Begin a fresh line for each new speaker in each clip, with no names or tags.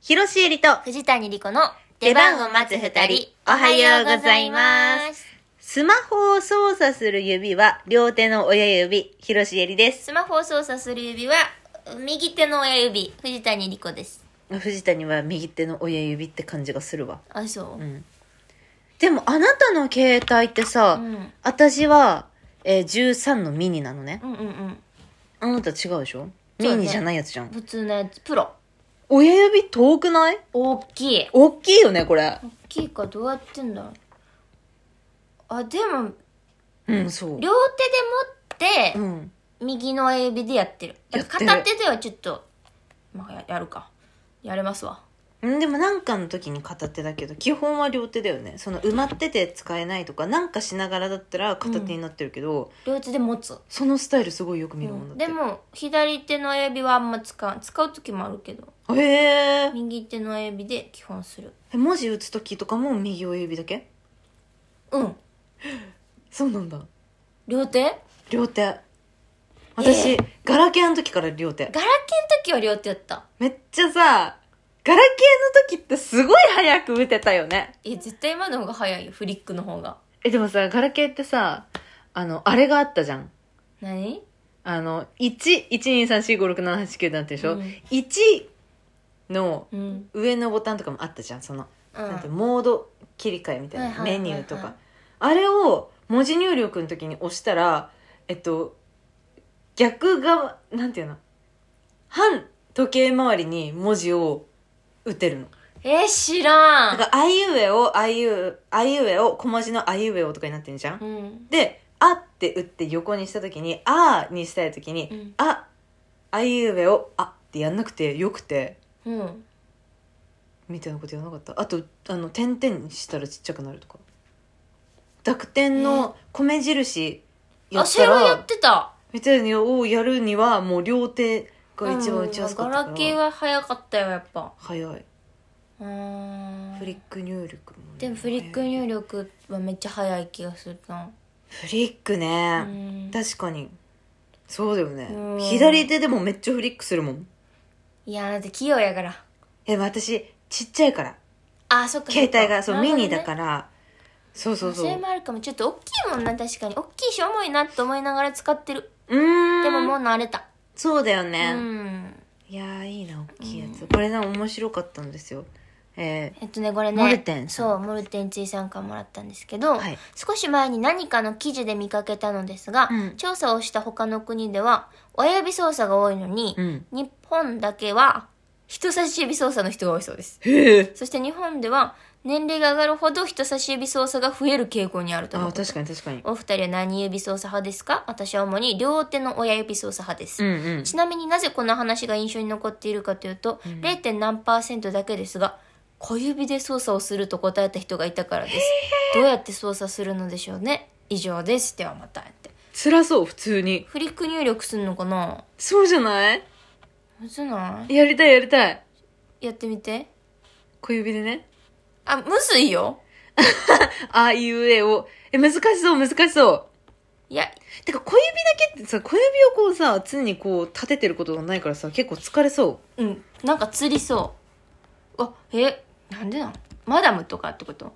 広ロシエリと
藤谷莉子の。
出番を待つ二人おはようございますスマホを操作する指は両手の親指、広ロシエリです。
スマホを操作する指は右手の親指、藤谷莉子です。
藤谷は右手の親指って感じがするわ。
あ、そうう。
ん。でもあなたの携帯ってさ、
うん
私は、えー13のミニなのね。
うんうんうん。
あなた違うでしょ、
そう
ミ
ね
ニじゃないやつじゃん。
普通のやつ、プロ。
親指遠くない
大きい。
大きいよね、これ。
大きいかどうやってんだろう。あ、でも、
うん、そう。
両手で持って、
うん。
右の親指でやってる。
やってる
片手ではちょっと、まあや、やるか。やれますわ。
うんでもなんかの時に片手だけど基本は両手だよねその埋まってて使えないとかなんかしながらだったら片手になってるけど、
両手で持つ。
そのスタイルすごいよく見る
う
もんだっ
ん
て、
でも、左手の親指はあんま使う。使う時もあるけど。
へー
右手の親指で基本する
え文字打つ時とかも右親指だけ
うん
そうなんだ
両手ガラ
両手私、
え
ガラケーの時から両手
ケーの時は両手やった
めっちゃさガラケーの時ってすごい早く打てたよね
え絶対今の方が早いよフリックの方が
えでもさガラケーってさあのあれがあったじゃん
何
あの、1、1,2,3,4,5,6,7,8,9なんてでしょ、
うん
?1 の
うん
上のボタンとかもあったじゃん、その、
うん
なんてモード切り替えみたいな、
はいはいはいはい
メニューとか。あれを文字入力の時に押したら、えっと、逆側、なんていうの反時計回りに文字を打てるの。
えー、知ら
だ
ん
から、あいうえお、あいう、あいうえお、小文字のあいうえおとかになってんじゃん
うん
で「あ」って打って横にした時に「あ」にしたい時に「
うん
あ」「あいうえを「あ」ってやんなくてよくて
うん
みたいなことやらなかったあとあの点々にしたらちっちゃくなるとか濁点の米印や
あ
っ
それ
た
はやっ
ら
てた
みたいなのをやるにはもう両手が一番打ちやすかった
うんガ
か
ラケー
ら
は早かったよやっぱ
早いう
ーん
フリック入力もね
でもフリック入力はめっちゃ早い気がするな
フリック
う
ね
ん
確かにそうだよ
うん
ね左手でもめっちゃフリックするもん
いやだって器用やから
え私ちっちゃいから
あそっか
携帯がそうミニだ
ら
から、そうそうそう
れもあるかもちょっと大きいもんな確かに大きいし重いなって思いながら使ってる
うーん
でももう慣れた
そうだよ
う
ね、
ん
いやーいいな大きいやつ、これな面白かったんですよえ
えっとねこれね
モルテンさん
そうモルテン追参加もらったんですけど、
はい
少し前に何かの記事で見かけたのですが、
うん
調査をした他の国では親指操作が多いのに、
ー、うん
日本だけは人差し指操作の人が多いそうです
へえ
そして日本では年齢が上がるほど人差し指操作が増える傾向にあると
あ
の
ー
こと
確かに確かに
お二人は何指操作派ですか私は主に両手の親指操作派です
う、んうん
ちなみになぜこの話が印象に残っているかというと、0. 点何パーセントだけですが小指で操作をすると答えた人がいたからですどうやって操作するのでしょうね以上ですではまたって
辛そう普通に
フリック入力するのかな
そうじゃない
むずない
やりたいやりたい
やってみて
小指でね
あむずいよ
あいうえをえ難しそう難しそう
いや
てか小指だけってさ小指をこうさ常にこう立ててることがないからさ結構疲れそ
うんなんか釣りそうあえなんでなんマダムとかっ てこと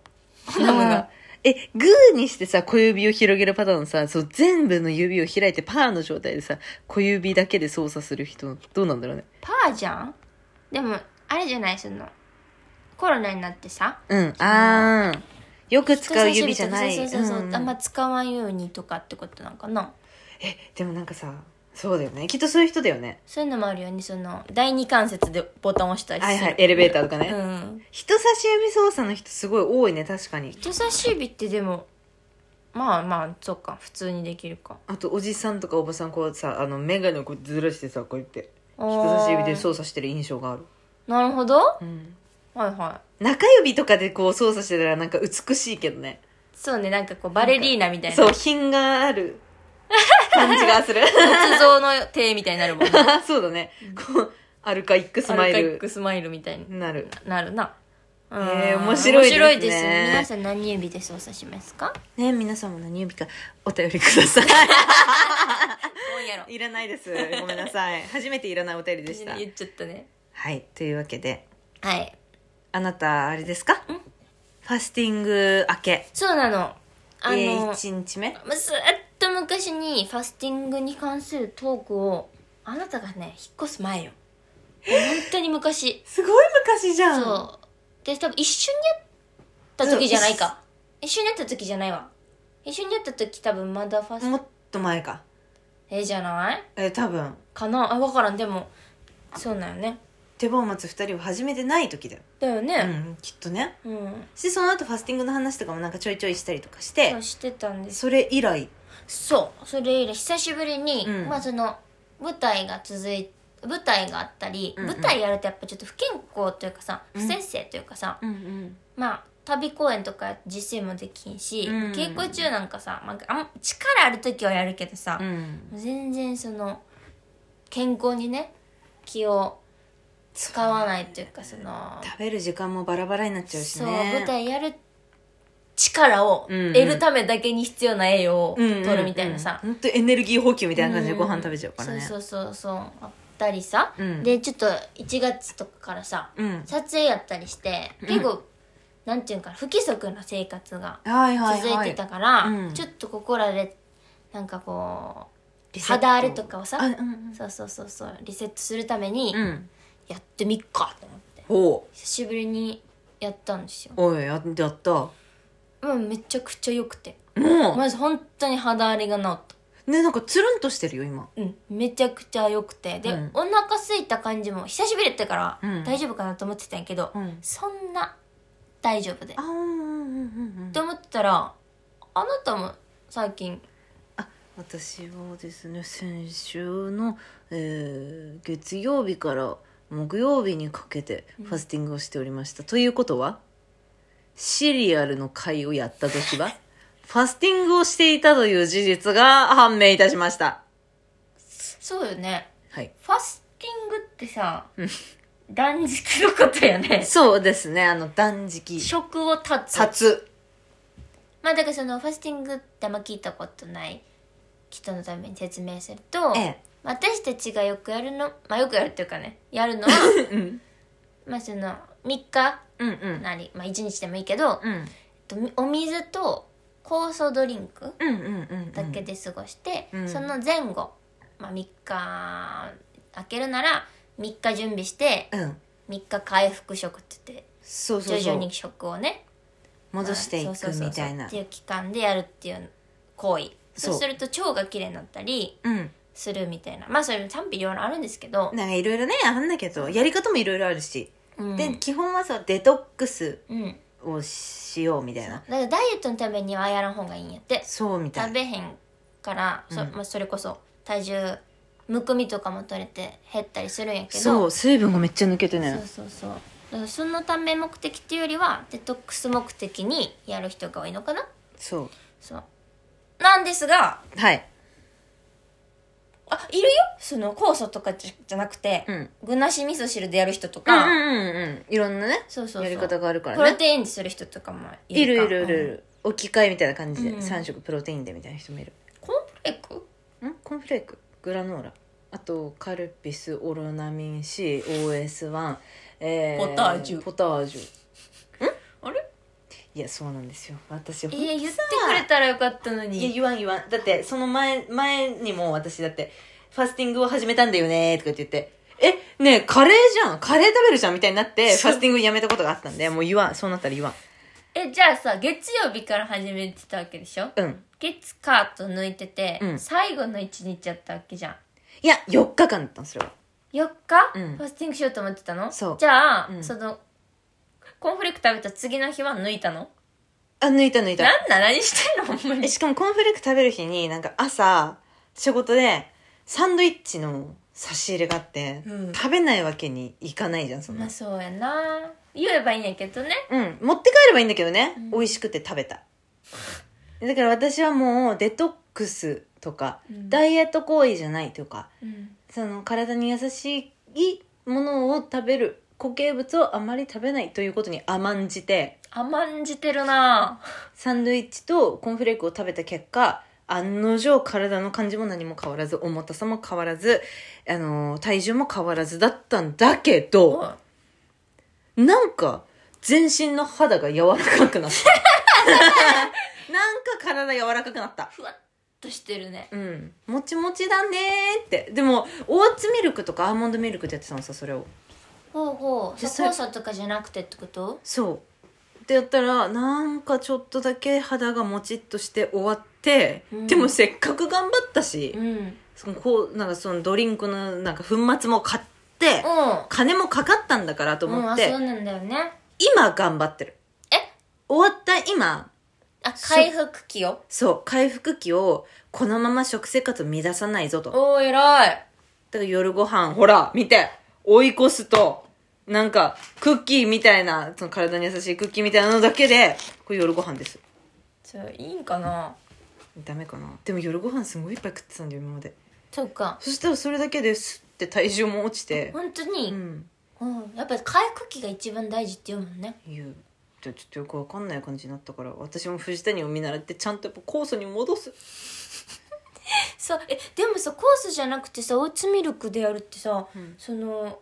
う
マダムが
え、グーにしてさ、小指を広げるパターンのさ、そう、全部の指を開いてパーの状態でさ、小指だけで操作する人、どうなんだろうね。
パーじゃんでもあれじゃないそのコロナになってさ
うん、あー。よく使う指じゃない。
そうそうそうそう、
うん
あんま使わんようにとかってことなんかな
え、でもなんかさ、そうだよね。きっとそういう人だよね。
そういうのもあるようにその第二関節でボタンを押したりす
は
る
いはい、エレベーターとかね。
うん
人差し指操作の人すごい多いね、確かに。
人差し指ってでもまあまあそうか普通にできるか
あと、おじさんとかおばさん、こうさ、あの、メガネをこうずらしてさ、こうやって、
人
人差し指で操作してる印象がある。
なるほどは
うん。
いは
中指とかでこう操作してたらなんか美しいけどね。
いそうねなんかこうバレリーナみたいな
そう、品がある感じがす る。
仏像の手みたいになるもんね
そうだね。こう、アルカイックスマイ
アルカイッ
ル
クスマイルみたいに
になる。
なるなうん
えー面白いですね
面白いです皆さん何指で操作しますか
ね皆さんも何指かお便りくださ
どうやろ
い。いらないです。ごめんなさい。初めていらないお便りでした。
言っちゃったね
はい。というわけで、
はい。
あなた、あれですかファスティング明け。
そうなの。あの、
えー、1日目
むずっと昔にファスティングに関するトークを、あなたがね、引っ越 す前よ。もう本当に昔。
すごい昔じゃん。
そう。で、多分一緒にやった時じゃないか。一緒にやった時じゃないわ。一緒にやった時多分まだファス
もっと前か。
えじゃない
えー、多分、
かなあ、わからん。でも、そうなんよね。
手棒を待つ二人を始めてない時だよ。
だよ
う
ね。
ん、きっとね。
うん。
し、その後ファスティングの話とかもなんかちょいちょいしたりとかして
そう、してたんです。
それ以来。
そう。それ以来、久しぶりに、
うん
まあその、舞台が続い舞台があったり、
うんうん
舞台やるとやっぱちょっと不健康というかさ、
うん
不摂生というかさ、
うんうん。
まあ旅公演とか実践もできんし、
うん
稽古中なんかさ、まあ、あん力ある時はやるけどさ
う、ん。
全然その健康にね気を使わないというかその
食べる時間もバラバラになっちゃうし
そう
ね。
舞台やる力を得るためだけに必要な栄養を
うんうんうん
取るみたいなさ
本当エネルギー補給みたいな感じでご飯食べちゃうからね。
そうそうそうそうあったりさ、
うん
でちょっと1月とかからさ
うん。
撮影やったりして
うん
結構、なんていうんかな不規則な生活が
はいはい
続
はいい。
てたから、
うん
ちょっとここらでなんかこう
リセット
肌荒れとかをさ
あ、うん
そうそうそうそうリセットするために
うん。うん。
やってみっかと思って
ほう。
久しぶりにやったんですよ
おい、やっやった。も
うんめちゃくちゃ良くて
う、
まず本当に肌荒れが治った
ね、なんかつるんとしてるよ、今。
うんめちゃくちゃ良くてで、
うん
お腹空いた感じも久しぶりだったから、
うん
大丈夫かなと思ってたんやけど、
うん
そんな大丈夫で
あーうんうんうんうん
と思ってたらあなたも最近
私はですね先週の、えー月曜日から木曜日にかけてファスティングをしておりました、ということはシリアルの会をやった時 はファスティングをしていたという事実が判明いたしました
そうよね
はい
ファスティングってさ断食のことよ ね
そうですねあの断食
食を断つ
殺
まあだからそのファスティングってあんま聞いたことない人のために説明すると、
ええ
まあ私たちがよくやるのまあよくやるっていうかねやるのは
うん
まあその3日
うんうん
なり、まあ、1日でもいいけど、
うん
えっとお水と酵素ドリンク
うんうんうん
だけで過ごして、
うん
その前後、まあ、3日開けるなら3日準備して
うん
3日回復食って言って
そうそう
徐
そ
々
う
に食をね
戻してい
まあそう
く
そうそうそう
みたいな
っていう期間でやるっていう行為
そ
そううすると腸が綺麗になったり
うん
するみたいなまあそれも賛否両論あるんですけど、
なんかいろいろねあんだけどやり方もいろいろあるし
うん、
で基本はさデトックス
うん
をしようみたい
だ
な
からダイエットのためにはやらん方がいいんやって
そうみたい
食
な
べへんから、そ
うん
まあ、それこそ体重むくみとかも取れて減ったりするんやけど
そう水分がめっちゃ抜けて
そう
ね
そうそうだからそのため目的っていうよりはデトックス目的にやる人が多いのかな
そう
そうなんですが
はい
あいるよその酵素とかじゃじゃなくて、
うん
具なし味噌汁でやる人と
うん
か、
うんうんいろんなね
そうそうそう
やり方があるか
プ
ら
ロ
ね
テインにする人とかも
い
いる
る
か
いるいるいる置き換えみたいな感じで
うん
3食プロテインでみたいな人もいる
うんコーンフレーク
んコーンフレークグラノーラあとカルピスオロナミン COS1 え
ポタージュ
ポタージュ
あれ
いやそうなんですよ私
えー、言ってくれたらよかったの
いや
に
言わん言わんだってその前前にも私だってファスティングを始めたんだよねとか言って言ってえねえカレーじゃんカレー食べるじゃんみたいになってファスティングやめたことがあったんでもう言わんそうなったら言わん
えじゃあさ月曜日から始めてたわけでしょ
うん
月カート抜いてて、
うん
最後の1日やったわけじゃん
いや4日間だったんそれは
4日、
うん
ファスティングしようと思ってたの
そう
じゃあ、
うん
そのコーンフレーク食べた次の日は抜いたの
あ抜いた抜いた
なんだ何してんのほんま
え
に
しかもコーンフレーク食べる日になんか朝仕事でサンドイッチの差し入れがあって、
うん
食べないわけにいかないじゃんそんな
まあそうやな言えばいいんやけどね
うん、持って帰ればいいんだけどね、
うん
美味しくて食べただから私はもうデトックスとか、
うん
ダイエット行為じゃないというか
うん
その体に優しいものを食べる固形物をあまり食べないということに甘んじて
甘んじてるな
サンドイッチとコーンフレークを食べた結果案の定体の感じも何も変わらず重たさも変わらず、あのー体重も変わらずだったんだけど、
おい
なんか全身の肌が柔らかくなった なんか体柔らかくなった
ふわっとしてるね
うんもちもちだねーってでもオーツミルクとかアーモンドミルクでやってたのさそれを
ほうほう
で
そ
それ
酵素とかじゃなくてってこと
そうってやったらなんかちょっとだけ肌がもちっとして終わって、
うん
でもせっかく頑張ったし、
うんうん
そのこうなんかそのドリンクのなんか粉末も買って、金もかかったんだからと
うん
思
あ
って、
そうなんだよね
今頑張ってる
え
終わった今
あ回復期よ
そう回復期をこのまま食生活を乱さないぞとだか
おお偉い
ら夜ご飯ほら見て追い越すとなんかクッキーみたいなその体に優しいクッキーみたいなのだけでこれ夜ご飯です
それいいんかな
ダメかなでも夜ご飯すごいいっぱい食ってたんだよ今まで
そうか
そしたらそれだけですって体重も落ちて
本当
う
に、
ん
うん、やっぱり回復期が一番大事って言うもんね
いうちょっとよくわかんない感じになったから私も藤谷を見習ってちゃんとやっぱ酵素に戻す
そうえでもさコースじゃなくてさオーツミルクでやるってさ、
ん
その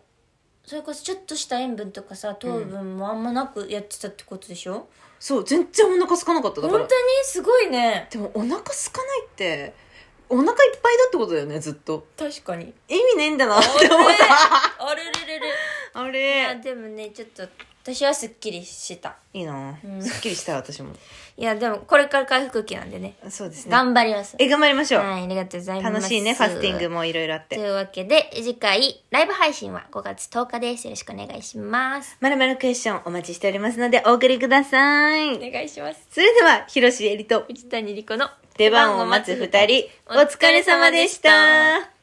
それこそちょっとした塩分とかさ糖分もあんまなくやってたってことでしょ、
そう全然お腹空かなかっただ
本
か
当に
ら
すごいね
でもお腹空かないってお腹いっぱいだってことだよねずっと
確かに
意味ねえんだなって思っ
あれれれれ
たあ
いや
れ
でもねちょっと私はすっきりした
いいな
うん
すっきりした私も
いやでもこれから回復期なんでね
そうですね
頑張ります
え頑張りましょう
はいありがとうございます
楽しいねファスティングもいろいろあって
というわけで次回ライブ配信は5月10日ですよろしくお願いします
まるまるクエスチョンお待ちしておりますのでお送りください
お願いします
それでは、広ロシエリと
藤谷莉子の
出番を待つ二人、お疲れ様でした。